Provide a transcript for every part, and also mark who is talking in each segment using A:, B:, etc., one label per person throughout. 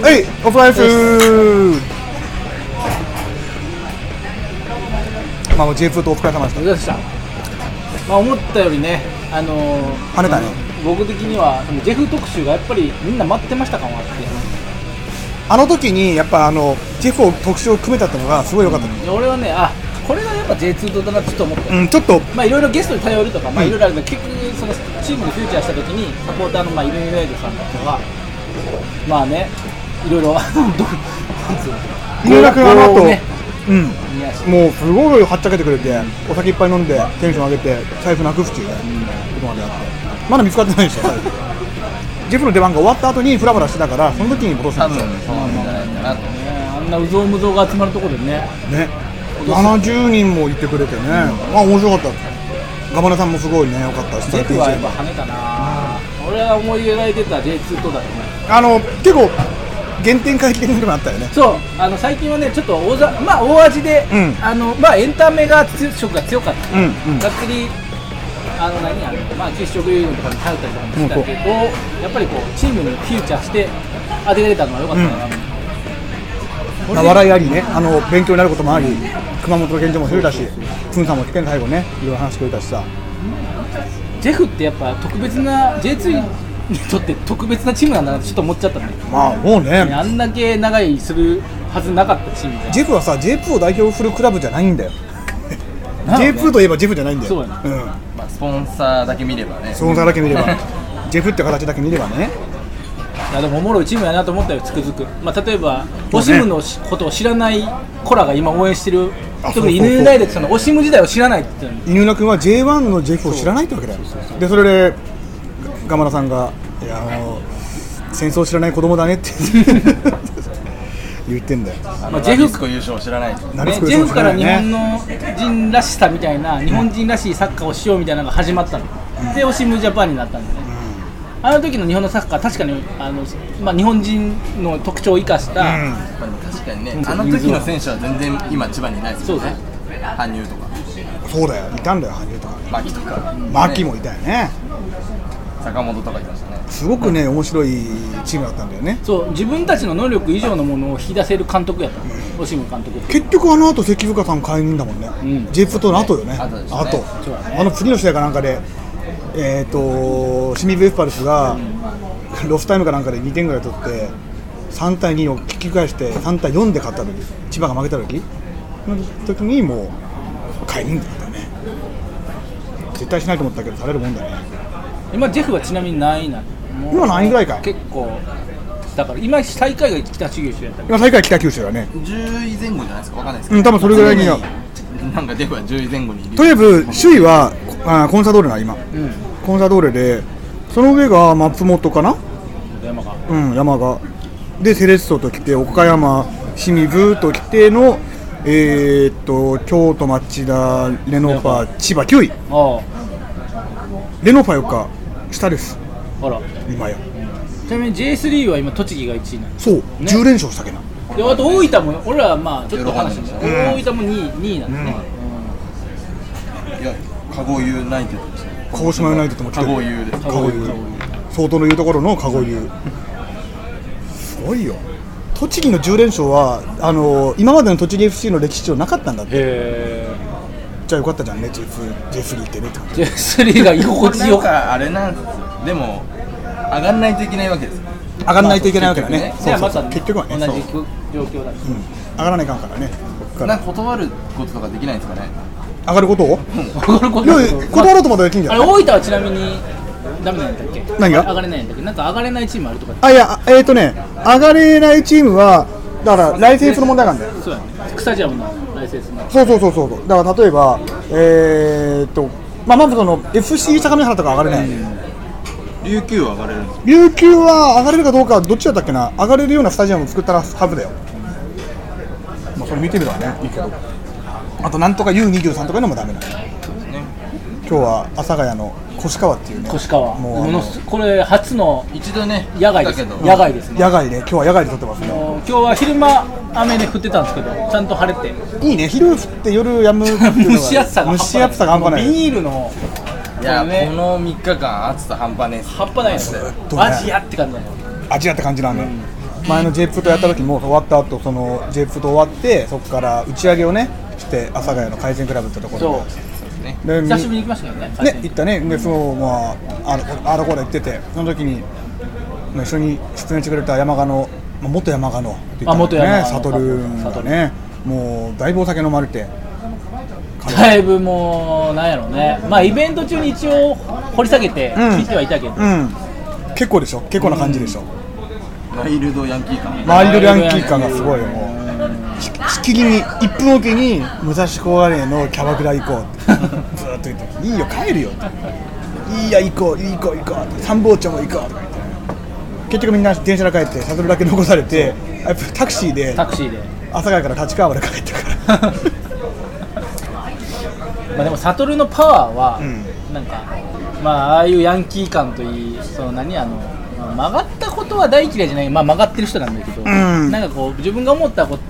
A: はいオフライフまあもう J2 とお疲れ様でし
B: どうでした、まあ、思ったよりね、あのー
A: 跳ねたね
B: うん僕的にはジェフ特集がやっぱりみんな待ってました感はあって
A: たあの時にやっぱあのジェフを特集を組めたってのがすごい良かったね
B: で俺はねあこれがやっぱ J2 とだなちょっと思った、
A: うんちょっと
B: まあいろいろゲストに頼るとか、まあいろいろあるけど、結局そのチームでフューチャーしたときに、サポーターのまあイルミネイドさんだとか、まあね、いろいろ、どうなんつうの
A: 三浦君あの後、
B: こうね
A: うん
B: いやし
A: もうすごいはっちゃけてくれて、お酒いっぱい飲んでテンション上げて財布なくすっていうねことまであってまだ見つかってないでしょ 財布ジェフの出番が終わった後にフラフラしてたからその時に戻した
C: 多
A: んで
C: 分
A: すよ
C: そうなんじゃないかなと
B: ねあんなうぞうむぞうが集まるところでね、
A: ね70人もいてくれてね、まあ面白かったガバナさんもすごいねよかったし
B: ジェフはやっぱ跳ねたな、俺は思い描いてた J2 とだとね。
A: あの結構原点回帰的なのもあったよね
B: そうあの最近はねちょっと大ざ、まあ、大味で、
A: うん
B: あのまあ、エンタメが強色が強かった、
A: うんうん
B: がっつりあの何あの、まあ、給食遊具とかに頼ったりとかもしてたけど、やっぱりこうチームにフューチャーして当てられたのは良かったな、
A: まあ笑いありねあの勉強になることもあり熊本の現状も増えたしプンさんも来て最後ねいろいろ話してくれたしさ
B: ジェフってやっぱ特別な J2 にとって特別なチームなんだなってちょっと思っちゃったね
A: まあもうね
B: あんだけ長いするはずなかったチームが
A: ジェフはさ J2 を代表するクラブじゃないんだよ
B: なるほど
A: J2 といえばジェフじゃないんだよ
B: そうやな
A: うん
C: まあスポンサーだけ見ればね
A: その差だけ見 ればジェフって形だけ見ればね
B: いやでもおもろいチームやなと思ったよつくづく、まあ、例えばオシムのしことを知らない子らが今応援してる
A: あ
B: 特に
A: そうそうそう
B: 犬大でそのオシム時代を知らないって言ってたの
A: 犬浦君は J1 のジェフを知らないってわけだよでそれでガマラさんが「いやあの戦争知らない子供だね」って言ってんだよ
C: あ
B: まあ
C: のジ
B: ジェ
C: ェ
B: フ
C: フスコ優勝知らないと
A: な
B: ね、ジェフから日本の人らしさみたいな、日本人らしいサッカーをしようみたいなのが始まったの、で、オシムジャパンになったんでね、あの時の日本のサッカー、確かにあの、まあ、日本人の特徴を生かした、
C: まあでも確かにね
B: ん
C: あの時の選手は全然今千葉にいないですよね
B: そう
C: 羽生とか
A: そうだよいたんだよ羽生とか
C: 牧とか
A: 牧もいたよね
C: 坂本とかいましたね
A: すごくね面白いチームだったんだよね
B: そう、自分たちの能力以上のものを引き出せる監督やったの、オシム監督って。
A: 結局あの後関深さん解任だもんね、
B: ん
A: J2 との後よね
C: 後ですね
A: 後
B: そうだ
A: あの次の試合かなんかでえっ、と清水エスパルスがロスタイムかなんかで2点ぐらい取って3対2を引き返して3対4で勝った時千葉が負けた時の時にもう解任だったよね絶対しないと思ったけどされるもんだね
B: 今、ジェフはちなみに何位なの
A: 今何位ぐらいか
B: 結構、だから今、最下位が北中級手やったけど
A: 今最下位北九州だね
C: 10位前後じゃないですかわかんないです
A: うん多分それぐらいには
C: なんかジェフは10位前後にいる
A: とりあえず首位はあーコンサドーレな今、コンサドーレでその上が松本かな
B: 山が。
A: うん、山が。で、セレッソと来て、岡山、清水と来ての、えーっと、京都、町田、レノファ、千葉9位。
B: あ
A: レノファよりか、下です、
B: あ、あら。
A: 今や。
B: ちなみに J3 は今、栃木が1位なの。
A: そう、10連勝したけな。
B: であと大分も俺らはまあちょっと話しましたけど大分も2位2位なんでね、
C: いやカゴユナイテッドですね
A: 鹿児島ユナイテッドも来て
C: カ
A: る。
C: ゴユです
A: カゴ湯相当の言うところのカゴ湯。すごいよ。栃木の10連勝は、あの今までの栃木 FC の歴史上なかったんだって。
B: へ
A: じゃあよかったじゃんね、ジェフ、ジェフリーってねって感じ。
B: え J3 が居
C: こ
B: 心
C: れ
B: 地
C: なん
B: よかっ
C: かあれなんですよでも上がんないといけないわけですよ
A: 上がらないといけないわけだ
C: ま
A: ね。
C: あ
B: た
A: そう
B: じゃあ
A: そ
B: ま
A: うそ
B: た
A: う結局はね。
B: 同
A: そう
B: じ状況だし、
A: 上がらないかんからね、こっか
C: な
A: ら
C: んか断ることとかできないんですかね
A: 上がることを、
B: これこ
A: い
B: れ
A: やいや、断ろうと思ったらできんじ
B: あ
A: ゃ
B: れ
A: ん。
B: 大分はちなみにダメなんだっけ
A: 何が
B: 上がれないんだっけなんか上がれないチームあるとか
A: あ、いや、あえっ、ー、とね、上がれないチームは、だから、ライセンスの問題なんだよ。
B: そうやね草ジャムのライセンスの
A: そうそうそうそう、だから例えば、えー、っと、まあ、まずその FC 相模原とか上がれない、
C: 琉球は上がれるんです
A: 琉球は上がれるかどうか、どっちだったっけな、上がれるようなスタジアムを作ったはずだよ。まあ、それ見てみればね、いいけど。あと、なんとか U23 とかいうのもダメなの。
C: ね
A: 今日は阿佐ヶ谷の越川っていうね、
B: 越川
A: もうあ
B: も
A: の
B: のすこれ初の
C: 一度ね
B: 野外です
C: 来たけど
B: 野外ですね
A: 野外で、今日は野外で撮ってますね。
B: もう今日は昼間雨で降ってたんですけどちゃんと晴れて
A: いいね、昼降って夜止むっていうのが
B: 蒸し暑さが
A: 蒸し暑さが半端ない。
B: ビニールの
C: いや
B: そうね
C: この3日間暑さ半端ねえっす
B: 葉っぱないです
A: とね
B: アジアって感じだね
A: アジアって感じなんで、前の J プとやった時も終わった後その J プと終わってそこから打ち上げをねして阿佐ヶ谷の海鮮クラブってところ
B: そう
A: でで
B: 久しぶりに行きましたよね
A: ね、行ったね、でそう、まあ、あのあの頃行ってて、その時に、まあ、一緒に出演してくれた山鹿の、まあ、元山鹿のって言った
B: あ元山
A: ね、
B: 鹿の
A: サトルーンがね、もうだいぶお酒飲まれて、
B: だいぶもうなんやろうねまあイベント中に一応掘り下げて
A: うん
B: 聞いてはいたけど、
A: うん、結構でしょ、結構な感じでしょ、
C: ワイルドヤンキー感
A: マイルドヤンキー感がすごいよ、もう、ししきりに、1分おきに、武蔵小金井のキャバクラ行こうって、ずーっと言って、いいよ、帰るよって、いいや、行こう、いい行こう、行こうって、三宝町も行こうとか言って、結局みんな電車で帰って、サトルだけ残されて、やっぱタクシーで、
B: タクシーで
A: 阿佐ヶ谷から立川まで帰ったから
B: まあでも悟のパワーは、
A: うん
B: なんかまあああいうヤンキー感といいその何あのまあ曲がったことは大嫌いじゃない、まあ、曲がってる人なんだけど、
A: ん
B: なんかこう自分が思ったこと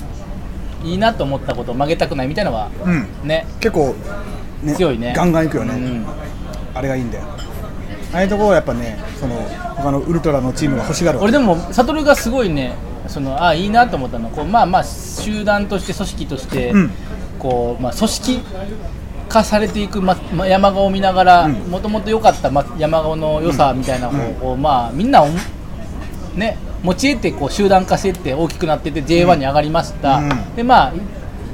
B: いいなと思ったことを曲げたくないみたいなのは、
A: うん
B: ね
A: 結構、ね
B: 強いね
A: ガンガン行くよね、
B: うん
A: あれがいいんだよああいうところはやっぱねその他のウルトラのチームが欲しがるわ
B: 俺でも悟がすごいねそのあいいなと思ったのはこうまあまあ集団として組織として、
A: うん
B: こうまあ、組織化されていく、まま、山顔を見ながら
A: うん
B: もともと良かった、ま、山顔の良さみたいな方を、まあみんなおんね持ち得てこう集団化してって大きくなってて J1 に上がりました、
A: うん
B: でまあ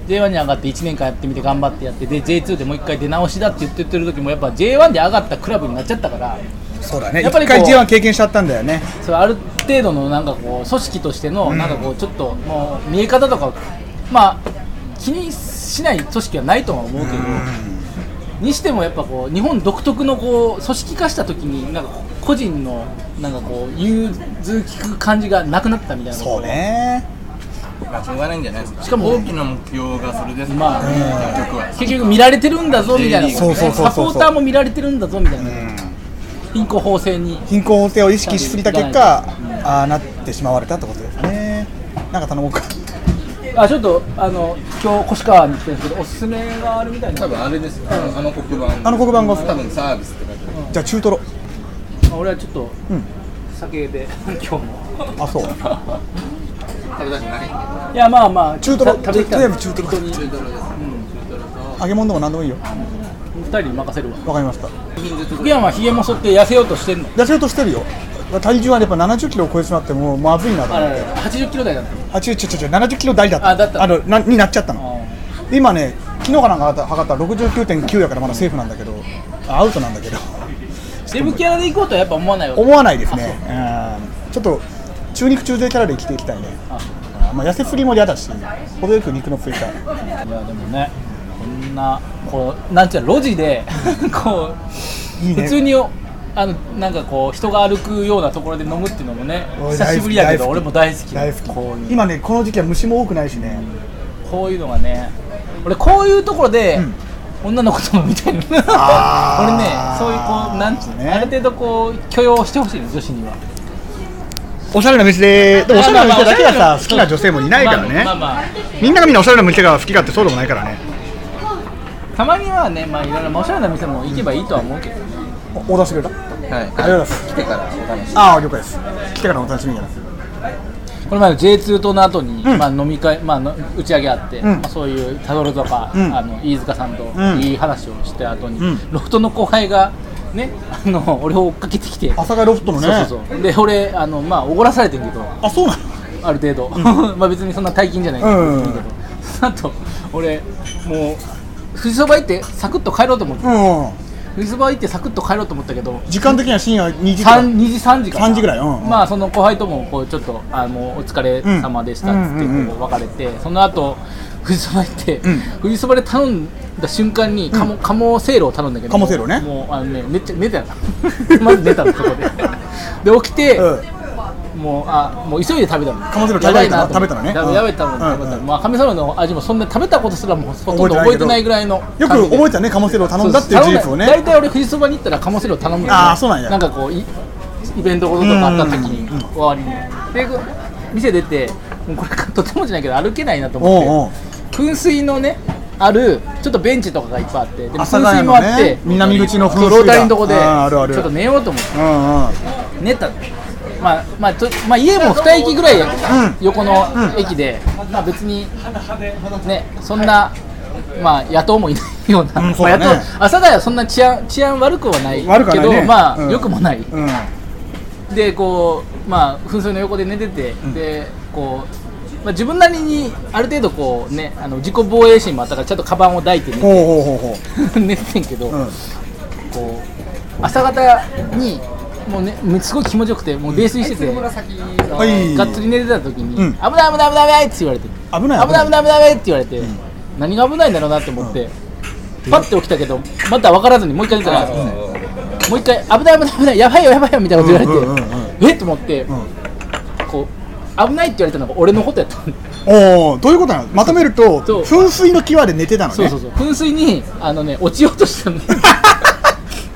B: J1 に上がって1年間やってみて頑張ってやってで J2 でもう一回出直しだって言ってる時もやっぱ J1 で上がったクラブになっちゃったから
A: そうだね
B: や
A: 一
B: っぱりこう
A: 回 J1 経験しちゃったんだよね
B: それある程度のなんかこう組織としてのなんかこうちょっともう見え方とかまあ気にしない組織はないとは思うけど、にしてもやっぱこう日本独特のこう組織化した時になんかこう個人のなんかこう融通きく感じがなくなったみたいな
A: そうね
C: まあしょうがないんじゃないですか
B: しかも
C: 大きな目標がそれです
B: まあ
C: ね
B: ね
C: 結局は
B: 結局見られてるんだぞみたいな
A: そうそうそうそう
B: サポーターも見られてるんだぞみたいな貧困法制に
A: 貧困法制を意識しすぎた結果ああなってしまわれたってことですねなんか頼もうか
B: あちょっとあの今日越川に来てるんですけどおすすめがあるみたいな
C: 多分あれですよあのあの黒板
A: あの黒板が
C: 多分サービスって書いてある
A: じゃあ中トロ
B: まあ俺はちょっと
A: うん
B: 酒で 今日も
A: あそう
C: 食べたくない
B: いやまあまあ
A: 中トロ
B: た食べてきた
A: とりあえず中トロ
B: 本当に
C: 中トロです
A: 揚げ物でも何でもいいよ
B: 二人に任せるわ
A: わかりました
B: 福山はひげも剃って痩せようとしてんの
A: 痩せようとしてるよ体重はやっぱ70キロを超えてしまってもうまずいなと
B: あ
A: 思っ
B: れ
A: て
B: 80キロ台だった
A: あ違う違う違う70キロ台だった
B: あだった
A: あのなになっちゃったの
B: の
A: 今ね昨日かなんか測ったら69.9やからまだセーフなんだけどあアウトなんだけど
B: デブキャラで行こうとはやっぱ思わないわけ
A: 思わないですねうんちょっと中肉中背キャラで生きていきたいね
B: あ
A: あまあ痩せすぎも嫌だし程よく肉のついた
B: いやでもねこんなこうなんちゃうの路 地でこう
A: いいね
B: 普通にあのなんかこう人が歩くようなところで飲むっていうのもね
A: 俺
B: 久しぶりやけ
A: 大好
B: ど
A: き
B: 俺も大好き
A: 大好き
B: こういう
A: 今ねこの時期は虫も多くないしね
B: こういうのがね俺こういうところで、
A: うん
B: 女の子ともみたいな 俺ね
A: あー
B: そういうこうなんつうの
A: ね
B: ある程度こう許容してほしいの女子には
A: おしゃれな店ででもおしゃれな店だけが
B: まあまあ
A: さ好きな女性もいないからね
B: まあまあまあ
A: みんながみんなおしゃれな店が好きかってそうでもないからね
B: たまにはねまあいろいろまあおしゃれな店も行けばいいとは思うけど、
A: お出してくれた
C: はい
A: ありがとうございます
C: 来てからお楽しみ
A: ああ了解です来てからお楽しみに
B: この前の J2 との後に、
A: うん
B: まあ飲み会まあの打ち上げあって、
A: うん
B: まあ、そういうタドルとか、
A: うん
B: あの飯塚さんと
A: ん
B: いい話をした後に、
A: うん
B: ロフトの後輩がねあの俺を追っかけてきて、
A: 阿佐ヶ谷ロフトのね
B: そうそうそうで俺あのまあおごらされてんけど
A: あそうなの
B: ある程度、 まあ別にそんな大金じゃないから、
A: うんうんうん
B: いいけどあと俺もう富士そば行ってサクッと帰ろうと思って、
A: うん
B: 富士そば行ってサクッと帰ろうと思ったけど
A: 時間的には深夜2時とか
B: 3 2時3時かな
A: 3時ぐらいうんうん
B: まあその後輩ともこうちょっとあのお疲れ様でしたっつっ
A: う
B: て
A: んうんうんうん
B: こう別れてその後富士そば行って、
A: うん
B: 富士そばで頼んだ瞬間に鴨鴨せいろを頼んだけど
A: 鴨せいろね
B: もうあのねめっちゃ寝たよなまず寝たのそ こでで起きて、
A: うん
B: もうあもう急いで食べたの
A: 鴨せいろ
B: やばいな
A: 食べたのね
B: やばいやばい食べたの食べた
A: う
B: の
A: ん
B: まあ亀せいろの味もそんなに食べたことすらもうほとんど覚えてないぐらいの
A: よく覚えてたね鴨せいろ頼んだっていう事実をね
B: 大体俺富士そばに行ったら鴨せいろ頼むよ
A: あーそうなんや
B: なんかこういイベントごととかあった時に
A: うんうんうん
B: 終わりにで店出てもうこれとてもじゃないけど歩けないなと
A: おうお
B: 思
A: う
B: って噴水のねあるちょっとベンチとかがいっぱいあってでも
A: 阿
B: 噴
A: 佐ヶ
B: 水
A: 谷
B: も
A: の
B: あって、
A: ね南口の
B: そう
A: 風
B: ロー
A: 水
B: タリー
A: だ
B: のとこで
A: あーあるある
B: ちょっと寝ようと思って
A: うんうん
B: 寝たのまあまあとまあ、家も2駅ぐらい横の
A: うん
B: 駅で、まあ、別に、ね、そんな、まあ、野党もいないような、
A: うんそう
B: まあ、
A: だ
B: 野
A: ね
B: 党阿佐ヶ谷はそんな治安治安悪くはない
A: 悪くは
B: け
A: ない
B: ど、
A: ね
B: まあ
A: うん
B: 良くもない、
A: うん
B: でこう、まあ、紛争の横で寝てて、
A: ん
B: でこうまあ、自分なりにある程度こう、ね、あの自己防衛心もあったから、ちゃんとカバンを抱いて
A: ほ
B: 寝
A: うほうほうほ
B: て 寝てんけど。
A: う、うん、
B: こう朝方にもうねもうすごい気持ちよくてもう泥酔してて、
A: はい
B: がっつり寝てた時に「
A: うん
B: 危ない危ない危ない危ない」って言われて「
A: 危ない
B: 危ない危ない危ない」って言われて、何が危ないんだろうなって思って、パッて起きたけどまた分からずにもう一回寝たら、もう一回「危ない危ない危ないやばいよやばいよ」みたいなこと言われて、
A: うんうんうん
B: えっと思って、
A: ん
B: こう危ないって言われたのが俺のことやったの
A: おおどういうことなのまとめると
B: そう
A: 噴水の際で寝てたのね
B: そうそうそう噴水にあのね落ちようとしたの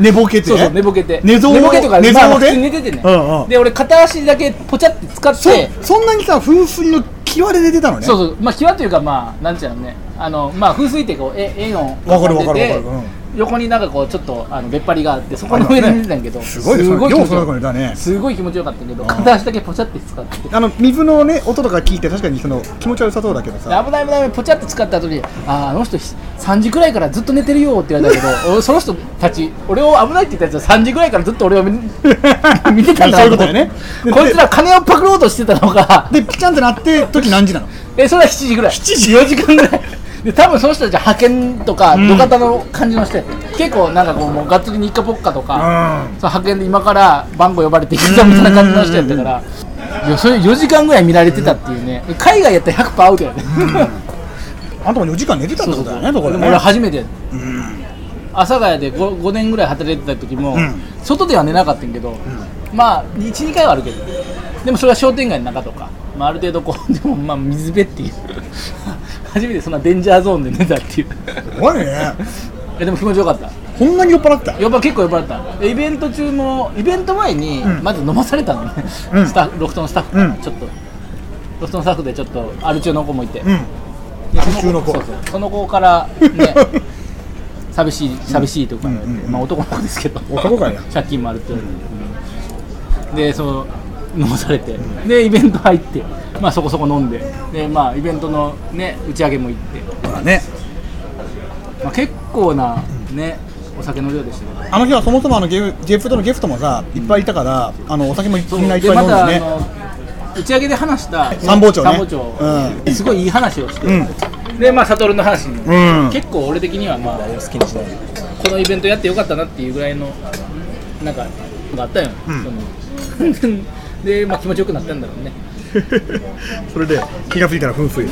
A: 寝ぼけて
B: そうそう寝ぼけて
A: 寝相
B: ぼけとか
A: 寝
B: まあ
A: 相
B: 普
A: で
B: 通に寝ててね、
A: うんうん
B: で俺片足だけポチャって使って
A: そそんなにさ噴水の際で寝てたのね
B: そうそうまあ際というかまあなんちゃうのねあのまあ噴水ってこうえ円を
A: わかるわかる
B: で
A: わかる
B: 横になんかこうちょっとあの出っ張りがあってそこの上
A: あ
B: で
A: るよね
B: 寝てたんやけど、
A: すごいです
B: す
A: ね
B: ごい気持ち
A: ようそんなとこ
B: よ
A: にいたね
B: すごい気持ちよかったけど片足だけポチャって使ってで
A: あの水のね音とか聞いて確かにその気持ち悪さそうだけどさ
B: 危ない危ない危ないポチャって使った後にあーあの人ひ3時くらいからずっと寝てるよって言われたけ ど俺その人たち俺を危ないって言ったやつは3時くらいからずっと俺を見 見てたんだ
A: そういうこ
B: と
A: とだ
B: 思って
A: よねで
B: こいつら金をパクろうとしてたのが
A: でピチャンってなって時何時なの
B: えそれは7時ぐらい7時4時間ぐらいで多分その人たちは派遣とか
A: ん
B: 土方の感じの人やって結構なんかこうもうがっつり日課ポッカとか、
A: う
B: その派遣で今から番号呼ばれて行くぞみたいな感じの人やったから、いやそれ4時間ぐらい見られてたっていうね海外やったら100%アウトやね、
A: あんたも4時間寝てたってことだよねとこ
B: で
A: ろ
B: も
A: ね
B: 俺初めてやった阿佐ヶ谷で 5, 5年ぐらい働いてた時も、
A: うん
B: 外では寝なかったんやけど、まあ12回はあるけどでもそれは商店街の中とか、まあ、ある程度こうで もまあ水辺っていう 初めてそんなデンジャーゾーンで寝 たっていう
A: すごいね
B: えでも気持ちよかった
A: こんなに酔っ払ってた
B: 酔っ払結構酔っ払ったでイベント中もイベント前に
A: ん
B: まず飲まされたのね、
A: うん
B: スタッフロフトのスタッフから、
A: うん
B: ちょっとロフトのスタッフでちょっとアル中の子もいて、
A: うん
B: で
A: アル中の子
B: そうそうその子から ね寂しい寂しいとか言われて、
A: うんうんうん
B: まあ男の子ですけど
A: 男かいな
B: 借金もあるって言われて、でその飲まされて、でイベント入ってまあそこそこ飲んででまあイベントのね打ち上げも行って、
A: ほらね
B: まあ、結構なね、お酒の量でしたけど
A: あの日はそもそもあのゲフジェフトのゲストもさいっぱいいたからあのお酒もみんないっ
B: で
A: ぱい
B: ま
A: 飲んで
B: たあ
A: ね
B: の打ち上げで話した
A: 参謀長ね
B: 参謀長
A: うん
B: すごいいい話をして、
A: う
B: でまあ悟の話に、
A: うん
B: 結構俺的にはまあ好きにしないこのイベントやってよかったなっていうぐらいのなんかがあったよ、その でまあ気持ちよくなったんだろうね
A: それで気がついたら噴水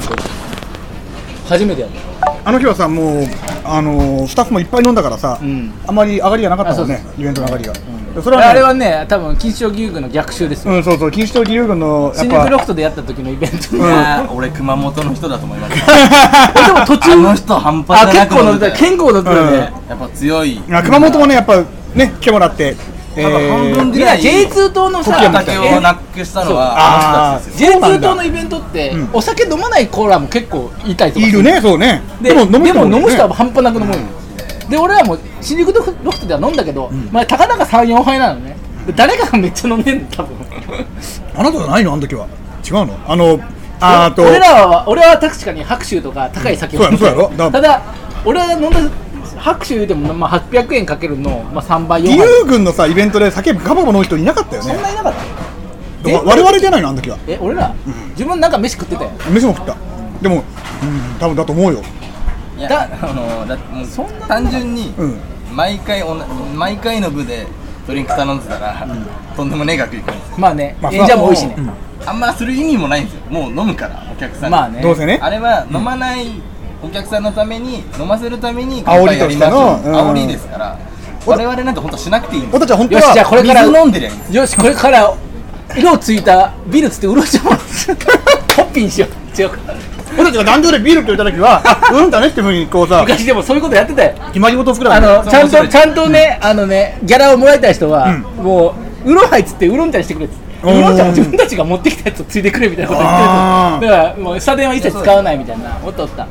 B: 初めてやった
A: あの日はさもうあのースタッフもいっぱい飲んだからさ、
B: ん
A: あまり上がりがなかったもんね
B: あそう
A: イベントの上がりが、それはね
B: あれはね多分錦糸町牛群の逆襲ですよ、
A: うんそうそう錦糸町義勇軍のやっ
B: 新宿ロ
A: ぱ
B: フトでやった時のイベントに、
A: うん
B: あ
D: あー俺熊本の人だと思います
B: ーでも途中
D: あの人半端
B: あ
D: じゃな
B: 結
D: く
B: 構乗
D: 飲ん
B: って
D: で
B: た健康乗ってたよね、
A: うん
D: やっぱ強い
A: あ熊本もねやっぱね来てもらってえ
D: 半分ぐ
B: いや
D: らい
B: J2 党のさ
A: 時計
D: 畑をなくしたのはあ
A: あ
D: の人たちですよ
A: ーそうなん
B: J2
A: だ
B: 党のイベントって、
A: うん
B: お酒飲まないコーラも結構いたりとか
A: い
B: す
A: るねそうね
B: ででも
A: 人もいるね
B: 飲む人は半端なく飲む、で俺らも新宿ロフトでは飲んだけど、まあたかだか34杯なのねで誰かがめっちゃ飲んでんの多分
A: あなたじゃないのあの時は違うのあのあーと
B: 俺らは俺は確かに白州とか高い酒を飲ん
A: そう
B: だ
A: やろそうやろ
B: ただ俺は飲んだ白州でもまあ800円かけるの、まあ、3倍4
A: 義
B: 杯
A: 勇軍のさイベントで酒ガバガバ飲む人いなかったよ
B: そん
A: ね
B: ないなかったえ
A: わ我々じゃないのあの時は
B: え俺ら、自分なんか飯食ってたよ
A: 飯も食ったでもうん多分だと思うよ
D: いや
B: だ
D: あのだもうそんな単純に
A: うん
D: 毎回おな毎回の部でドリンク頼んでたらとんでもねえ額いくんですよ
B: まあね、
A: まあ
B: 演者も多いしね、
A: うん
D: あんまする意味もないんですよもう飲むからお客さんに
B: まあね
A: どうせね
D: あれは飲まないお客さんのために飲ませるために
A: 煽り
D: や
A: と
D: り
A: し
D: ま
A: て
D: し
A: の
D: ょう
A: うん
D: 煽りですから我々なんて本当しなくていいんで
A: 俺た
D: す
A: ちは本当
B: よしじゃあ
A: は
B: これから
D: 水飲んでりゃいいんで
B: よしこれから色ついたビールつってうろちゃ もポッピンしよう違うか
A: 俺たちが壇上でビールって言った時 はあうんだねってふうにこうさ
B: 昔でもそういうことやってたよ
A: 決まり事を作ら
B: あ
A: ない
B: のちゃんとちゃんとねあのねギャラをもらいたい人は、
A: うん
B: もうウロハイつってウロン茶にしてくれっつってウ
A: おー
B: ロン茶は自分たちが持ってきたやつをついてくれみたいなこと言
A: あ
B: って
A: ー
B: るだからもう下電は一切使わないみたいなおったおった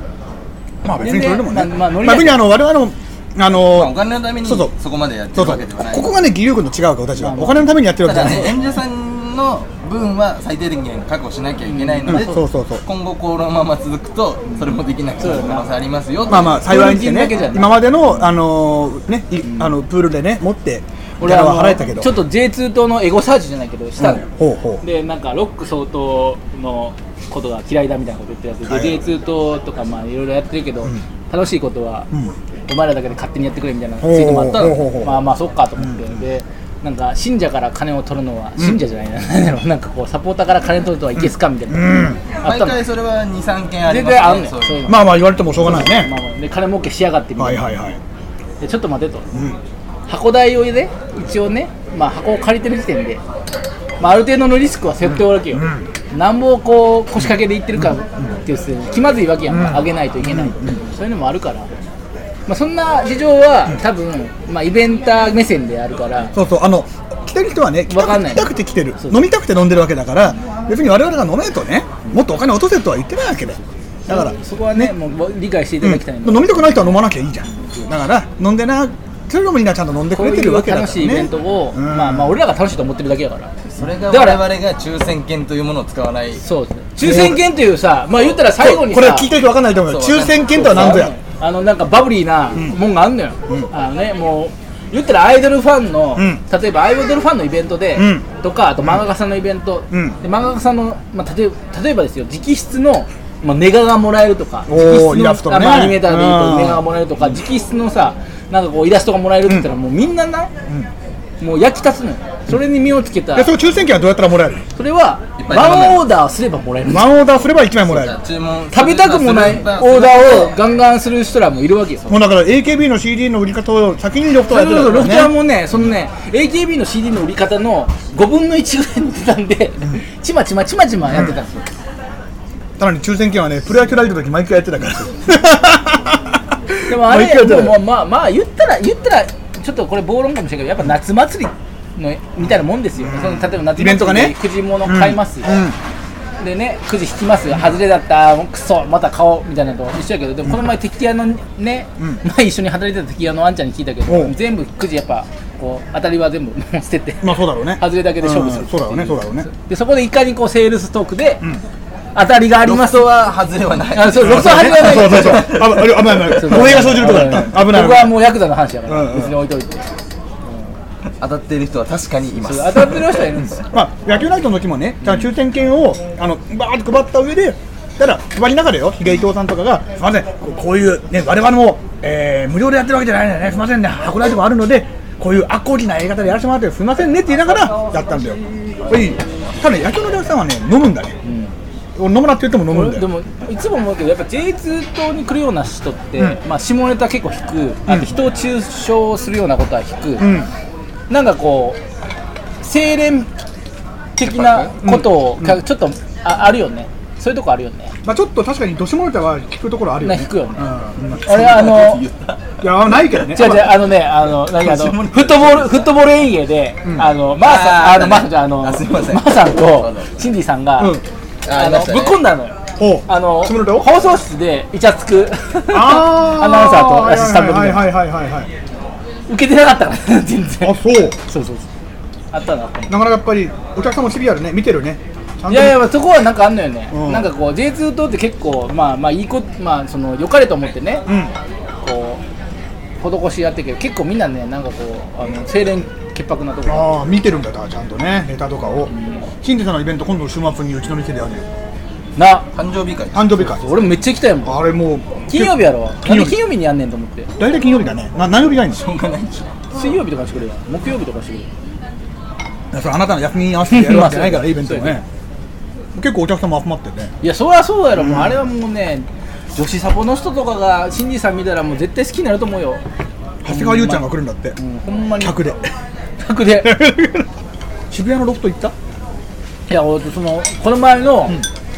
A: まあ別にそれでもね
B: まあまあノリだ
A: まあ別
B: けど
A: にあの我々もあ
D: まあ
A: の
D: お金のために
A: そうそう
D: そこまでやって
A: そうそ
D: るわ
A: う
D: けではない
A: ここがね義勇軍と違うから私はお金のためにやってる
D: た
A: わけじゃ
D: だ
A: ない
D: ね演者さんの分は最低限確保しなきゃいけないので、
A: うんそうそうそう
D: 今後このまま続くとそれもできなくなる可能性ありますよ
A: まあまあ幸いにして
B: 日本人だけじゃ
A: ね
B: ない
A: 今までのあのーねいあのプールでね持ってギ
B: 俺
A: ャラ
B: は
A: は払
B: あの
A: えたけど
B: ちょっと J2 党のエゴサーチじゃないけどしたのよ、
A: ほうほう
B: でなんかロック相当のことが嫌いだみたいなこと言ってるやつで、
A: はい
B: J2 党とかまあいろいろやってるけど、楽しいことは、
A: うん
B: お前らだけで勝手にやってくれみたいなツイートもあった
A: ほうほうほうほ
B: の
A: う
B: まあまあそっかと思って、でなんか信者から金を取るのは信者じゃないな、なん だろうなんかこうサポーターから金取るとはいけすかみたいな、あっ
D: 毎
B: たの
D: 回それは23件あり
B: 全
D: ます
B: 然あんねん
D: そう
B: そういうの
A: まあまあ言われてもしょうがない
B: ま
A: ね
B: あまあで金儲けしやがってみた
A: はいい
B: な、
A: はいはい
B: でちょっと待てと、箱代をね一応ね、まあ、箱を借りてる時点で、まあ、ある程度のリスクは背負っておるわけよ、なんぼこう腰掛けでいってるかっていうす気まずいわけやんか、上げないといけない、そういうのもあるから、まあ、そんな事情は多分、まあ、イベンター目線であるから
A: そうそうあの来てる人はね来た
B: わか
A: く
B: ん
A: て
B: ない
A: 来たくて来てる
B: そう
A: 飲みたくて飲んでるわけだから別に我々が飲めとねもっとお金落とせとは言ってないわけでだから
B: そこはねもう理解していただきたいの、
A: うん飲みたくない人は飲まなきゃいいじゃんだから飲んでなそれでもみんなちゃんと飲んでく
B: こう
A: れて
B: い
A: る
B: う
A: わけだから
B: 楽
A: ね
B: しいイベントを、
A: うん
B: まあ、まあ俺らが楽しいと思ってるだけやから
D: それが
B: だから
D: 我々が抽選券というものを使わない
B: そうですね抽選券というさまあ言ったら最後にさ
A: これ聞いてる人わかんないと思うよ
D: そう
A: 抽選券とは何ぞや
B: あのなんかバブリーなもんがあんのよ、あのねもう言ったらアイドルファンの、
A: うん
B: 例えばアイドルファンのイベントで、
A: うん
B: とかあと漫画家さんのイベント、
A: うん
B: で漫画家さんの、まあ、例えば例えばですよ直筆の、まあ、ネガがもらえるとか
A: おー
B: 直
A: イ
B: 筆
A: ラストが
B: の、
A: ね
B: まあアニメーターでいう
A: うん
B: とネガがもらえるとか直筆のさなんかこうイラストがもらえるって言ったら、もうみんなな、もう焼き立つのよそれに身をつけた
A: でその抽選券はどうやったらもらえる
B: それは
D: っぱい頼め
B: ワンオーダーすればもらえる
A: ワンオーダーすれば1枚もらえる
D: 注文
B: 食べたくもないオーダーをガンガンする人らもいるわけよ
A: もうだから AKB の CD の売り方を先にロフトが
B: そう
A: やって
B: そ
A: た
B: うそうロ
A: か
B: フトは
A: らね
B: もうね、そのね、AKB の CD の売り方の5分の1ぐらいの値段で、ちまちまちまちまやってたんですよ。
A: さらに抽選券はねプロ野球ライブの時毎回やってたから毎回やってた
B: でもあれ、もうまあまあ、まあ、言ったら、言ったら、ちょっとこれ暴論かもしれないけど、やっぱ夏祭りのみたいなもんですよ。その例えば夏
A: イベントが
B: 祭り
A: ね
B: でくじ物 買いますよ。
A: うんうん
B: でね、くじ引きますよ、外れだった、もうくそ、また買おうみたいなのと一緒やけど、でもこの前、敵屋のね、
A: うん
B: 前一緒に働いてた敵屋のあんちゃんに聞いたけ
A: お
B: ど
A: う、
B: 全部くじやっぱ、こう当たりは全部もう捨てて、
A: まあそうだろうね
B: 外れだけで勝負する
A: うんそうだろうねそうだろうね
B: でそこでいかにこうセールストークで、当たりがあり
D: ロ
B: ま
D: フ
B: す
D: トは外れはない
B: あそうロフトは外れない
A: そうそうそう危ない危ない危ない俺が生じるとこだった危ない危な
B: 僕はいもうヤクザの話やから、
A: うんうん
B: 別に置いといて
D: 当たっている人は確かにいま
B: そう
D: す
B: 当たってる人はいるんですよ
A: まあ野球ライトの時もねじゃあ抽選券をあのバーって配った上でただ配りながらよ、ひげ伊藤さんとかが、すみません、ここういう、ね、我々も、えー無料でやってるわけじゃないのでね、すみませんね、箱代とかあるので、こういうアコギなやり方でやらせてもらって、すみませんねって言いながらやったんだよ。これいいただ、野球のお客さんはね、飲むんだね。俺飲むなって言っても飲むんだ
B: 俺
A: よ。
B: でもいつも思うけどやっぱ J2 党に来るような人って、
A: う
B: まあ、下ネタ結構引くあと人を中傷するようなことは引く、
A: うん
B: なんかこう清廉的なことを、かちょっとああるよねそういうとこあるよね
A: まあ、ちょっと確かにどしもネタは聞くところあるよね。
B: な聞くよね
A: うんうん
B: 俺あの
A: いや、ないけどね。
B: 違う違う、あのね、あの、なんかあの、フットボール、フットボール演芸で、あの、マーさん、
D: あー
B: あの、マーさんじゃ、あの、マ
D: あすいません
B: ーさんと
D: あの、
B: シンディさんが、
A: うん
D: あ
B: あの、
D: りま
B: ぶっ
D: したね
B: 込んだのよ。
A: ほう
B: あの、
A: 下ネタを
B: 放送室で、イチャつく、
A: あー
B: アナウンサーとアシスタント
A: はい
B: で、
A: はいはいはいはいはい
B: 受けてなかったから、 全然。
A: あそう
B: そうそうそう。あったな。
A: なかなかやっぱりお客さんもシビアでね見てるねちゃんと
B: いやいや、まあそこはなんかあんのよね。
A: うん
B: なんかこう、J2 党って結構、まあまあ、いいこ、まあ、その、良かれと思ってね、
A: うん
B: こう、施しやってるけど、結構みんなね、なんかこう、あの、清廉潔白なところ。
A: ああ見てるんだだからちゃんとねネタとかをシンディさんのイベント今度の週末にうちの店でやるよ
B: な、
D: 誕生日会
A: 誕生日会
B: 俺めっちゃ行きたいもん
A: あれもう
B: 金曜日やろ
A: 金
B: 金
A: 曜日
B: 曜日金曜日にやんねんと思って
A: 大体金曜日だねな何曜日がいいの
D: しょうがないでしょ
B: 水曜日とかにしてくれよ木曜日とかにしてくれよ
A: それあなたの休みに合わせてやるわけじゃないから
B: まあ
A: イベントも
B: そう
A: ね結構お客さんも集まってね
B: いやそりゃそうやろ、もうあれはもうね女子サポの人とかが新次さん見たらもう絶対好きになると思うよ、
A: 長谷川優ちゃんが来るんだって
B: うん、ほんまに
A: 客で
B: 客で
A: 渋谷のロフト行った
B: いや俺そのこの前の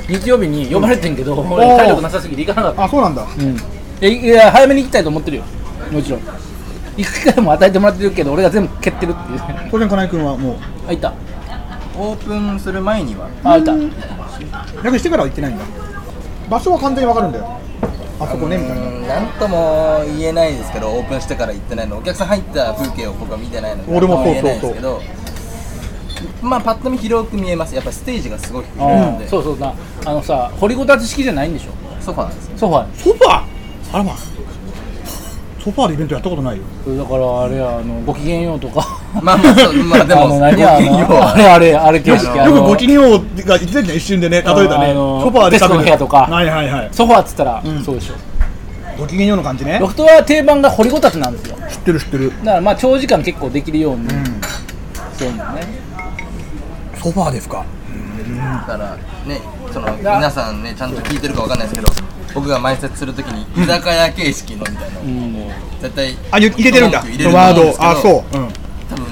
B: 日曜日に呼ばれてんけど、俺
A: おー
B: 体力なさすぎて行かなかっ
A: あそうなんだ
B: たうんえいや早めに行きたいと思ってるよもちろん行く機会も与えてもらってるけど俺が全部蹴ってるっていうあ
A: 当然金井君はもう
B: 行った
D: オープンする前には
B: あ行った
A: 略してからは行ってないんだ場所は完全にわかるんだよあそこねみたいな
D: うんなんとも言えないですけどオープンしてから行ってないのお客さん入った風景を僕は見てないので
A: 俺もそう
D: なんと言えないですけどまあパッと見広く見えますやっぱステージがすごく
B: あ
D: 広い
B: ー
D: ので
B: そうそうなあのさ掘りごたつ式じゃないんでしょ
D: ソファーなんですよ
B: ソファー
A: ソファーあらまソファーでイベントやったことないよ
B: だからあれやあのご機嫌ようとか
D: まあまあそうま あでも
B: あの何やあ
D: ご機嫌よう
B: のあれあれあれ形式あ
A: よく
B: の
A: ご機嫌王が言ってたじゃん一瞬でね例えたね
B: あの
A: ソファーで
B: 徹子の部屋とか
A: はいはいはい
B: ソファーっつったら、そうでしょ
A: ご機嫌ようの感じね
B: ロフトは定番が掘りごたつなんですよだ
A: 知ってる知ってる
B: からまあ長時間結構できるように、そういうのね
A: ソファーですか
D: だからねその皆さんねちゃんと聞いてるかわかんないですけど僕が前説するときに居酒屋形式のみたいなのを絶対
A: あ入れてるんだ
D: 文句入れる
A: ワー
D: と
A: ド
D: 思うんですけど
A: あそう、うん、
D: 多分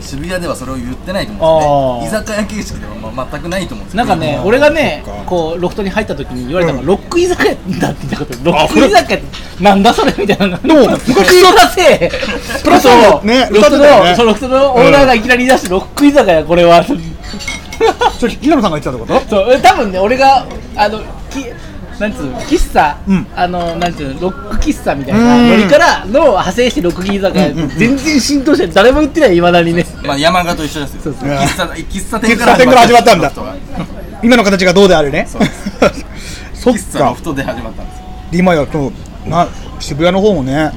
D: 渋谷ではそれを言ってないと思うんです
B: あ
D: よね居酒屋形式ではまあ全くないと思うんですけ
B: な
D: ど
B: んかね、俺がね、こうロフトに入った時に言われたのが、ロック居酒屋だって言ったこと、ロック居酒屋ってなんだそれみたいな。でも昔のだせ、プロと
A: ね
B: ロフ
A: 歌
B: ト
A: ってたよね
B: の、そのロフトのオーナーがいきなり出して、ロック居酒屋これは。
A: それ平野さんが言ってたってこと
B: そう、え多分ね、俺があのきなんつうの喫茶、
A: うん
B: あのなんつうのロック喫茶みたい
A: うん
B: なノリからの派生してロック居酒屋、全然浸透してない誰も売ってないいまだにね。
D: まあ山形と一緒ですよ
B: そう
A: そう
D: 喫茶喫茶
A: 喫
D: 店か
A: 茶
D: ら
A: 店から始まったんだ
D: ロフト
A: 今の形がどうであれね
D: うで
A: そっ
D: が喫茶ロ
A: か
D: フトで始まったんですよ
A: 今やとな渋谷の方もね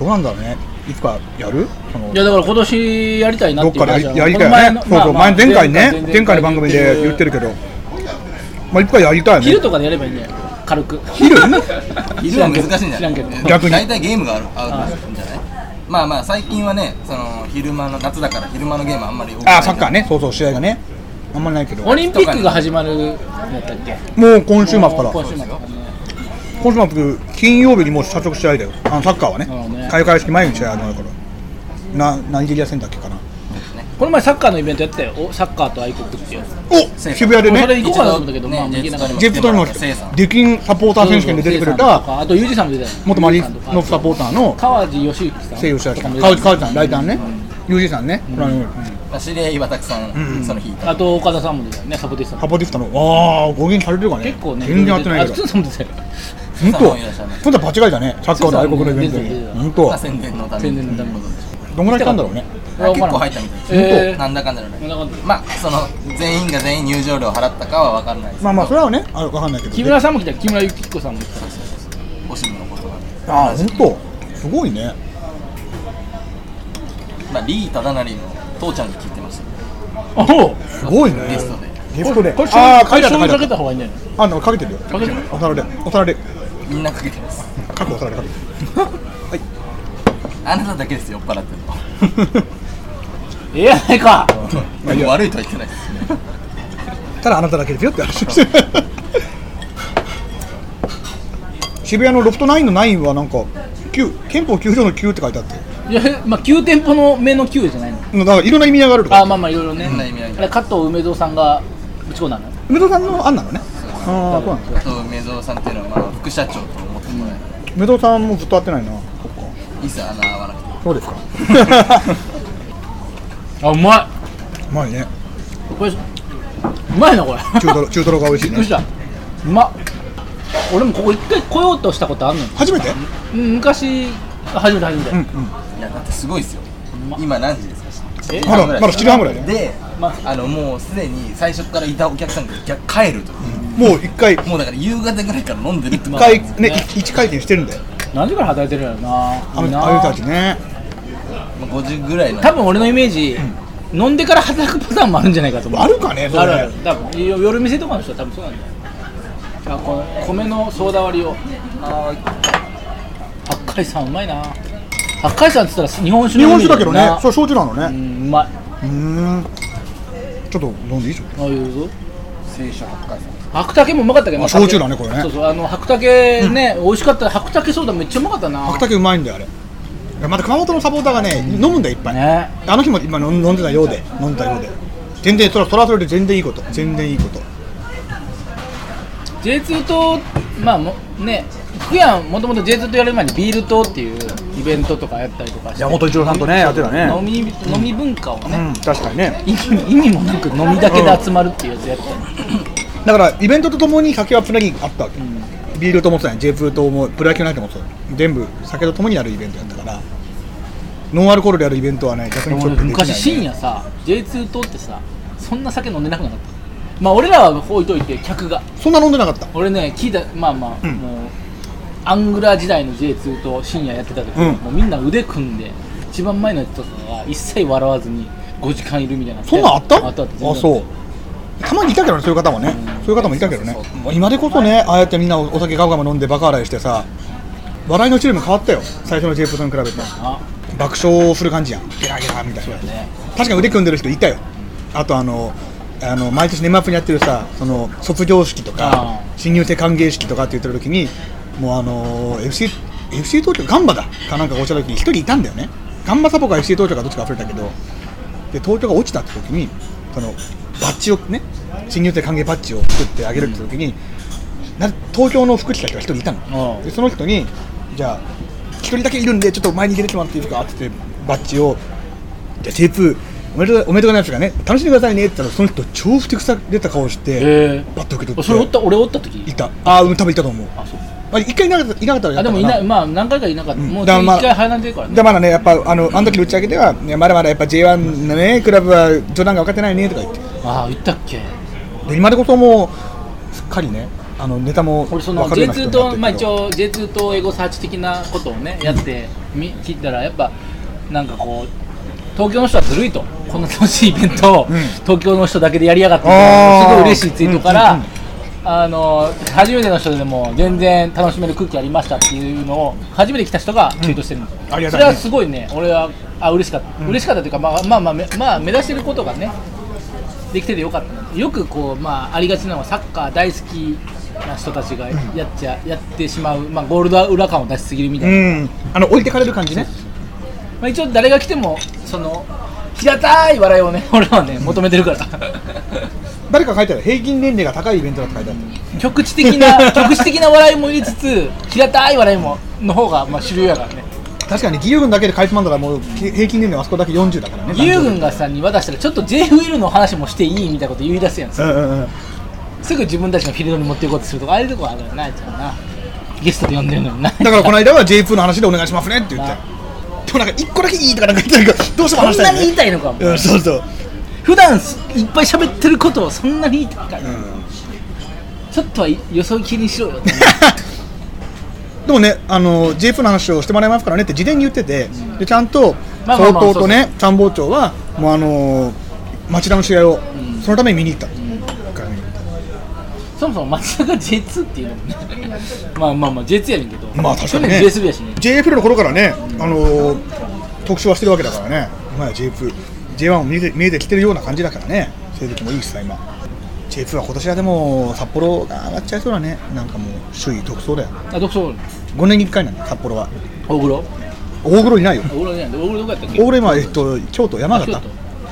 A: どうなんだろうねいつかやるその
B: いやだから今年やりたいな
A: ど
B: っ
A: って
B: 言
A: か
B: っ
A: で
B: た
A: や
B: じゃ
A: や
B: ん
A: り
B: こ
A: た
B: の
A: いよね
B: の
A: そうそう
B: まあ
A: 前
B: まあ
A: 前回ね
B: 前
A: 前回の番組で言ってるけどまあいつかやりたいよ
B: 昼
A: ね
B: とかでやればいいんだよ軽く
A: 昼
D: 昼は難しいんじゃない
B: 知らんけど
A: 逆に
D: 大体ゲームがあるあるんじゃないまあまあ最近はねその昼間の夏だから昼間のゲームあんまり多くない
A: あサッカーねそうそう試合がねあんまりないけど
B: オリンピックが始まるんやったっけ
A: もう今週末から
B: 今週末からね
A: 今週末金曜日にもう早速試合だよあのサッカーは
B: なるほど
A: ね
B: ね
A: 開会式前に試合あるからなナイジェリア戦だっけかな
B: この前サッカーのイベントやってたよおサッカーと愛国っていう
A: お
D: 西武
A: 渋谷で
B: もうそれ
A: ね
B: 行こうかなと思ったけど
D: 一度
B: まあ
D: ね
B: 行けなかった
A: ジェフトリ
D: も
A: の
D: らった生産
A: デキンサポーター選手権で出てくれ
B: そうそう
A: た
B: そうあとユージさんも出たよ
A: 元マリノフサポーターの
B: 川地義行さん
A: 西洋社さん
B: と
A: 川
B: かも
A: 内川内さんライターね UG さんねこの間のうん
D: まあ知り合いはたくさんその日いた
B: あと岡田さんも出たよねサポティスさん
A: ハ
B: も
A: ポディフタのああ語源されてるかね
B: 結構ね
A: 全然やってないけ
B: あ
A: ど
B: つんさんも出たよ
A: 本当
D: さんもいらっしゃるね
A: 今度は場違いだねサッカーと愛国のイベント
B: そうそう
A: に
B: そう
A: 本
D: ま
A: 当
D: あ宣伝のため
B: 宣
D: に
B: 伝のために
A: どんぐらい来たんだろうね
D: あ結構入ったみたいです
B: えー
D: なんだかんだで
B: なんだかんだ
D: まあその全員が全員入場料払ったかは分からないですけど
A: まあまあそれはねあわかんないけど
B: 木村さんも来たよ木村幸彦さんも来た
D: オシムのことがね
A: ああ本当すごいね
D: まあリー・タダナリの父ちゃんが聞いてました
B: あほう
A: すごいね
D: ゲストで
A: ゲストで
B: これ
A: ああ
B: こ
A: 書い
B: れ
A: てあった書い
B: 醤油か
A: てあ
B: け
A: った
B: た方がいいんじゃない
A: あのかけてるよ
B: かけてる
A: お皿でお皿で
D: みんなかけてます
A: 書くお皿で書く
D: あなただけですよ酔っ払ってるのは
B: ええやないか
A: まあいい
D: でも
A: や
D: 悪いとは言ってないですね
A: ただあなただけですよって話渋谷のロフト9の9はなんか九憲法9条の9って書いてあって
B: いやまあ旧店舗の目の旧じゃないの
A: だからいろんな意味合いがあると
B: あ
A: か
B: まあまあいろいろね
D: 変な意味合い
B: あれ加藤梅蔵さんがぶち込んだの
A: 梅沢さんの案なのねああそうなんです
D: あと梅蔵さんっていうのはまあ副社長と思ってもらえる
A: 梅沢さんもずっと会ってないなそっか
D: 一切穴合わなくて
A: そうですか
B: あうま
A: ま
B: いう
A: いね
B: これうまいなこれ
A: 中 トロ中トロが美味しい
B: びっくり
A: ね
B: したうまっ俺もここ一回来ようとしたことあんのよ
A: 初めて
B: うん昔初めて初めて、
A: うんうん
D: いやだってすごいですよ
B: ま
D: 今何時ですか
B: え
A: まだまだ7時半ぐらいね
D: で、
B: ま
D: あのもうすでに最初からいたお客さんが逆帰るという
A: もう一回一
D: もうだから夕方ぐらいから飲んでるって
B: まあ
A: 回ね
B: ね
A: い一回転してるんだよ
B: 何時から働いてるんやろな
A: あ
B: いい
A: の
B: な
A: ああいう人たちね
D: もう50ぐらいの
B: 多分俺のイメージ、飲んでから働くパターンもあるんじゃないかと思う
A: あるかねそれ
B: あるある多分よ夜店とかの人は多分そうなんだよあこの米のソーダ割りを
D: あ
B: 八海山うまいな八海山っつったら日本酒
A: 日
B: の
A: 本酒
B: イメージ
A: だけどね
B: な
A: それ焼酎なの
B: う
A: ね
B: んうまいう
A: ーんちょっと飲んでいいでしょ
B: ああいうぞ
D: 青春八回さん
B: 白竹もうまかったけど
A: あ焼酎だねこれね
B: そうそうあの白竹ね、美味しかった白竹ソーダめっちゃうまかったな
A: 白竹うまいんだよあれまた熊本のサポーターがね飲むんだよいっぱい
B: ね
A: あの日も今飲ん飲んでたようで飲んでたようで全然それはそれはそれで全然いいこと全然いいこと
B: J2 とまあもね福山もともと J2 とやる前にビール党っていうイベントとかやったりとかして
A: 山本一郎さんとねやってたね
B: 飲み飲み文化をね、
A: うん確かにね
B: 意味意味もなく飲みだけで集まるっていうやつやったよね
A: だからイベントとともに酒はつなぎあったわけ、ビールともそうやん J2 ともプロ野球なんてもそう全部酒とともにやるイベントやったからノンアルコールでやるイベントはね逆にちょっとできない、ね、
B: 昔深夜さ J2 党ってさそんな酒飲んでなくなかったまあ俺らは置いといて客が
A: そんな飲んでなかった
B: 俺ね聞いたまあまあ、
A: ん
B: もうアングラー時代の J2 と深夜やってた時、
A: うん
B: もうみんな腕組んで一番前のやつとかが一切笑わずに5時間いるみたいな
A: そんなんあった
B: あったあった全然
A: あそうたまにいたけどねそういう方もね、そういう方もいたけどね今でこそねああやってみんなお酒ガブガブ飲んでバカ笑いしてさ笑いの種類も変わったよ最初の j p o p に比べて
B: あ
A: 爆笑する感じやんゲラゲラみたいな、
B: ね
A: 確かに腕組んでる人いたよあとあのあの毎年年末にやってるさその卒業式とか
B: あー
A: 新入生歓迎式とかって言ってる時にもうあのー FC, FC 東京ガンバだかなんかが落ちた時に一人いたんだよねガンバサポか FC 東京かどっちか忘れたけどで東京が落ちたって時にそのバッジをね新入生歓迎バッジを作ってあげるって時に、な東京の服着た人が一人いたの
B: ああ
A: でその人にじゃあ一人だけいるんでちょっと前に出てきてもらっていいですかって言ってバッジをじゃあテープおめでとうおめでとうございますがね楽しんでくださいねって言ったらその人超ふてくされた顔して、
B: え
A: バッと受け取って
B: それおった俺おった時
A: いたああうん多分いたと思う
B: あそう
A: まあ一回いなかったいなかったらや
B: あ
A: った
B: で
A: か
B: もいないまあ何回かいなかった、もう一
A: だからまあ
B: 回離れてるからね
A: でまだね、やっぱあのあの時の打ち上げでは、ね、まだまだやっぱ J1 のね、クラブは冗談が分かってないねとか言って、
B: ああ言ったっけ
A: で今でこそもう、すっかりね、あのネタも
B: 俺その
A: 分かるような人
B: J2
A: になって
B: と、
A: るけど
B: まあ、一応 J2 とエゴサーチ的なことをねやってみ聞いたらやっぱなんかこう東京の人はずるいとこんな楽しいイベントを、
A: うん
B: 東京の人だけでやりやがってみ
A: あー
B: たいなすごい嬉しいツイートから、
A: うんうん
B: あの初めての人でも全然楽しめる空気ありましたっていうのを初めて来た人がツイートしてるんですよ、
A: うんありが
B: そ
A: たいね
B: れはすごいね俺はあ嬉しかった、嬉しかったというか、まあ、まあまあめまあ目指してることがねできててよかったなよくこう、まあ、ありがちなのはサッカー大好きな人たちがやっちゃ、やってしまう、まあ、ゴールド裏感を出しすぎるみたいな、
A: うん、あの置いてかれる感じね、
B: まあ、一応誰が来てもその平たい笑いをね俺らはね求めてるから
A: 誰か書いてある、平均年齢が高いイベントだって書いてある、
B: 局地的な局地的な笑いも入れつつ平たい笑いもの方がまあ主流やからね
A: 確かに義勇軍だけでかいつまんだら、もうき平均年齢はあそこだけ40だからね、
B: 優軍がさんに渡したらちょっと JFL の話もしていいみたいなこと言い出すやん
A: うんうんうん、
B: すぐ自分たちのフィールドに持っていこうとするとかああいうとこあるよなあいつらなゲストで呼んでるのにな
A: だからこの間は J2 の話でお願いしますねって言って、でもなんか、一個だけいいとかなんか言ってるけど、どうしても
B: そ
A: 話
B: ん
A: した、
B: ない
A: ね、
B: に言いたいのかも
A: うん、そうそう、
B: 普段すいっぱい喋ってることをそんなにいいかい、
A: ん
B: ちょっとはいよそ行きにしろよ
A: でもね、あの JF の話をしてもらいますからねって事前に言ってて、でちゃんと
B: まあまあ
A: 総
B: まあ
A: 統とね、参謀長は、もうあのー町田の試合を、そのために見に行った、からね
B: そもそも松田が J2 っていうのもねまあまあまあ J2 やねんけど
A: まあ確かにね、
B: 去年 JSB やしね
A: JFL の頃からね、あのー特集はしてるわけだからね、今や JF、J1 も見えて見えてきてるような感じだからね、成績もいいしさ、今。J2 は今年はでも札幌が上がっちゃいそうだね、なんかもう首位独走だよ、
B: あどこそう
A: 5年に1回なんだ、札幌は。
B: 大黒
A: 大黒いないよ、
B: 大黒じゃない大黒どこやったっけ
A: 大黒今、えっと、京都、山形、な
B: あ
A: ん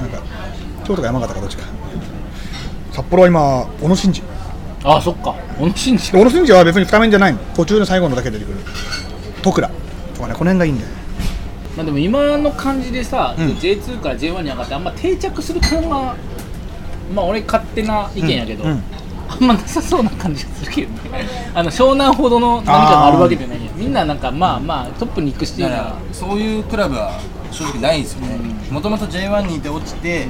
B: 京
A: か京都か山形かどっちか、札幌は今、小野伸二、
B: あそっか小野伸二
A: 小野伸二は別にスタメンじゃないの、途中の最後のだけ出てくる、戸倉とかね、この辺がいいんだよ、
B: まあでも今の感じでさ、
A: うん
B: J2 から J1 に上がってあんま定着する感がまあ俺勝手な意見やけど、
A: うんうん
B: あんまなさそうな感じがするけどね あの湘南ほどの何かがあるわけじゃないやんみんななんかまあまあトップに行くしていう
D: だか
B: の
D: ら
B: は
D: そういうクラブは正直ないですよねもともと J1 にいて落ちて、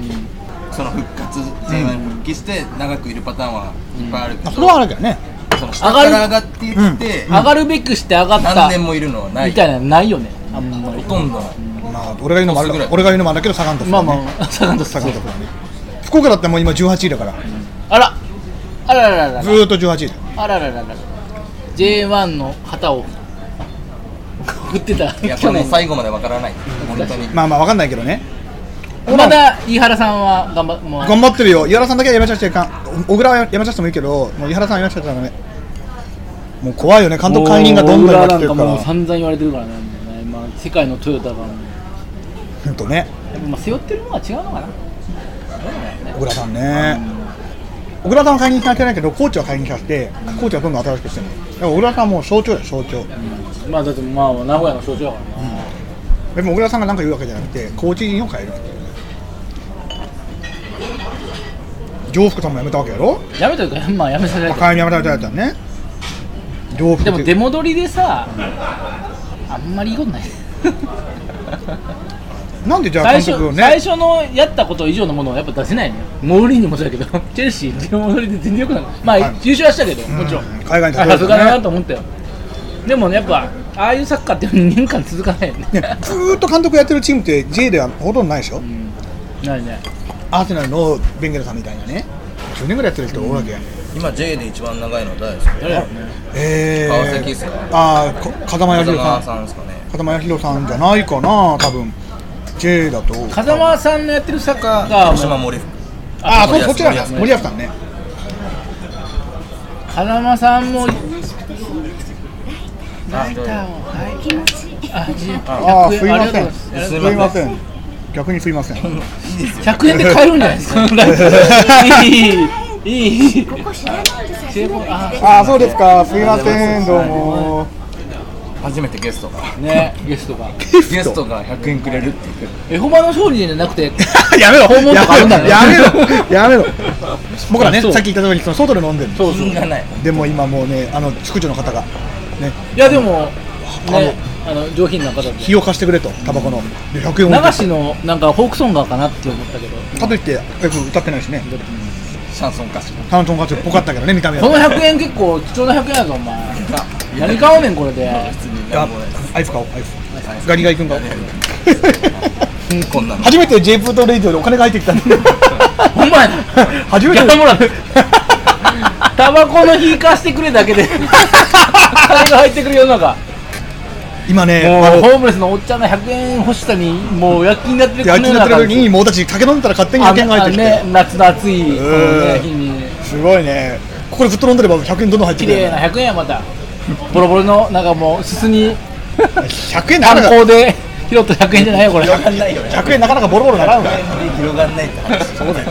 D: その復活 J1 に復帰して長くいるパターンはいっぱいあるけど、
A: あそれはあるけどね、
D: その下から上がっていって、
B: 上がるべくして上がった
D: 何年もいるのはない
B: みたいなのないよねあんまり
D: ほとんどない
A: まあ、俺が言うのもある
D: 戸
A: けど
D: 倉ぐらい
A: 俺が言うのもあるけど、サガン鳥栖
B: まあ
A: だね、
B: まあサガン鳥栖
A: サガン鳥栖だね、福岡だってもう今18位だから、
B: あらあらららら
A: ずーっと18位だよ、
B: あららららら J1 の旗を振ってた
D: いやこれね最後までわからない本当に
A: まあまあ、わかんないけどね、
B: まだ飯原さんは頑張もう
A: 頑張ってるよ、井原さんだけはやめちゃっちゃいかん、小倉はやめちゃってもいいけど、もう井原さんはやめちゃっちゃダメ、もう怖いよね、監督解任がどんどんやってるか
B: も
A: ら
B: うなんかもう。散々言われてるからねもうねまあ世界のトヨタがもう
A: ほんとね、
B: やっぱまあ背負ってるものは違うのかな
A: 小倉さんね、小倉さんは買いに行かれてないけど、コーチは買いに行かせて、コーチはどんどん新しくしてるの、だから小倉さんはもう象徴だよ、象徴、
B: まあだってまあ名古屋の象徴だからな
A: でも小倉さんが何か言うわけじゃなくて、コーチ陣を変えるっていうね、上福さんも辞めたわけやろ、
B: やめというかまあやめさせられて
A: 買いに辞めたわけだったね、上福
B: でも出
A: も
B: 戻りでさあんまりいいことない
A: なんでじゃあ
B: 最
A: 監督を
B: 初
A: ね
B: 最初のやったこと以上のものはやっぱ出せないねモーリーニもそうだけど チェルシー自分戻りで全然よくなかったまあ
A: はい
B: 優勝はしたけどもちろん
A: うん海外に
B: あ
A: 例え
B: さ
A: て
B: す
A: ね
B: がだなと思ったよでもねやっぱああいうサッカーって2年間続かないよね
A: ね、ずーっと監督やってるチームって J ではほとんどないでしょ、
B: ないね
A: アーセナルのベンゲルさんみたいなね10年ぐらいやってる人多いわけや、
D: 今 J で一番長いのは誰ですか
B: 誰やろうね
A: えー、
D: 川崎っすか
A: ああ風間彌
D: 風
A: 弘
D: 間
A: さん
D: さんですかね
A: 風間彌弘さんじゃないかな多分 J だと
B: 風間さんのやってるサッカーが
D: 広島森福
A: ああそ
D: 森保
A: そっちだね
D: 森保
A: 森保さんね
B: 風間さんも
E: 悲しくて死にました
D: あどうぞ
E: 気持ちいい
B: あじ
A: ああ
B: 100
A: すいません
B: あ
A: す
D: すい
A: い
D: ません
A: ません逆にすいません
B: 100円で買えるんじゃないですかいいいいいい
E: ここ知らないんです初めて来て
A: ああそうですかすいませんどうも
D: 初めてゲストが
B: ねゲストが
D: ゲストが100円くれるって言って
B: えほまの勝利じゃなくて
A: やめろ
B: 訪問とかあるんだね
A: やめろやめろやめろ僕らね
B: あそう
A: さっき言った通りその外で飲んでるの
B: そうそう
D: 品がない
A: でも今もうねあの宿女の方がね
B: いやでもねあの上品な方で
A: 火を貸してくれとタバコので100円
B: 流
A: を
B: しのなんかフォークソンガーかなって思ったけど
A: かといってよく歌ってないしね
D: シャンソン歌手
A: タントンガチっぽかったけどね見た目
B: この
A: は
B: 100円結構貴重な100円やぞお前何買おうねんこれで
D: 別に
A: あ
D: 何もない
A: アイス買おうアイスガリガリ君が
D: こんなの
A: 初めて J プートレイドでお金が入って きたんだ
B: ほんまや
A: 初めて
B: ギャラもらってタバコの火貸してくれだけで金が入ってくる世の中
A: 今ね
B: もう
A: あの
B: ホームレスのおっちゃんが100円欲しさにもう躍起になってる
A: 焼き
B: 世
A: に
B: の
A: なってる
B: 中
A: 時にもうたち酒飲んだら勝手に100円が入ってき
B: ああ
A: て
B: ね夏の暑いこのね
A: うん
B: 日に
A: すごいねここでずっと飲んでれば100円どんどん入って
B: 綺
A: くる
B: 麗な100円やまたボロボロのなんかもうすすに
A: 100円なか
B: 炭
A: なか
B: 鉱で拾った100円じゃないよこれ
D: 広がんないよね
A: 100円なかなかボロボロならんわ
D: 広がんないって話
A: そうだよ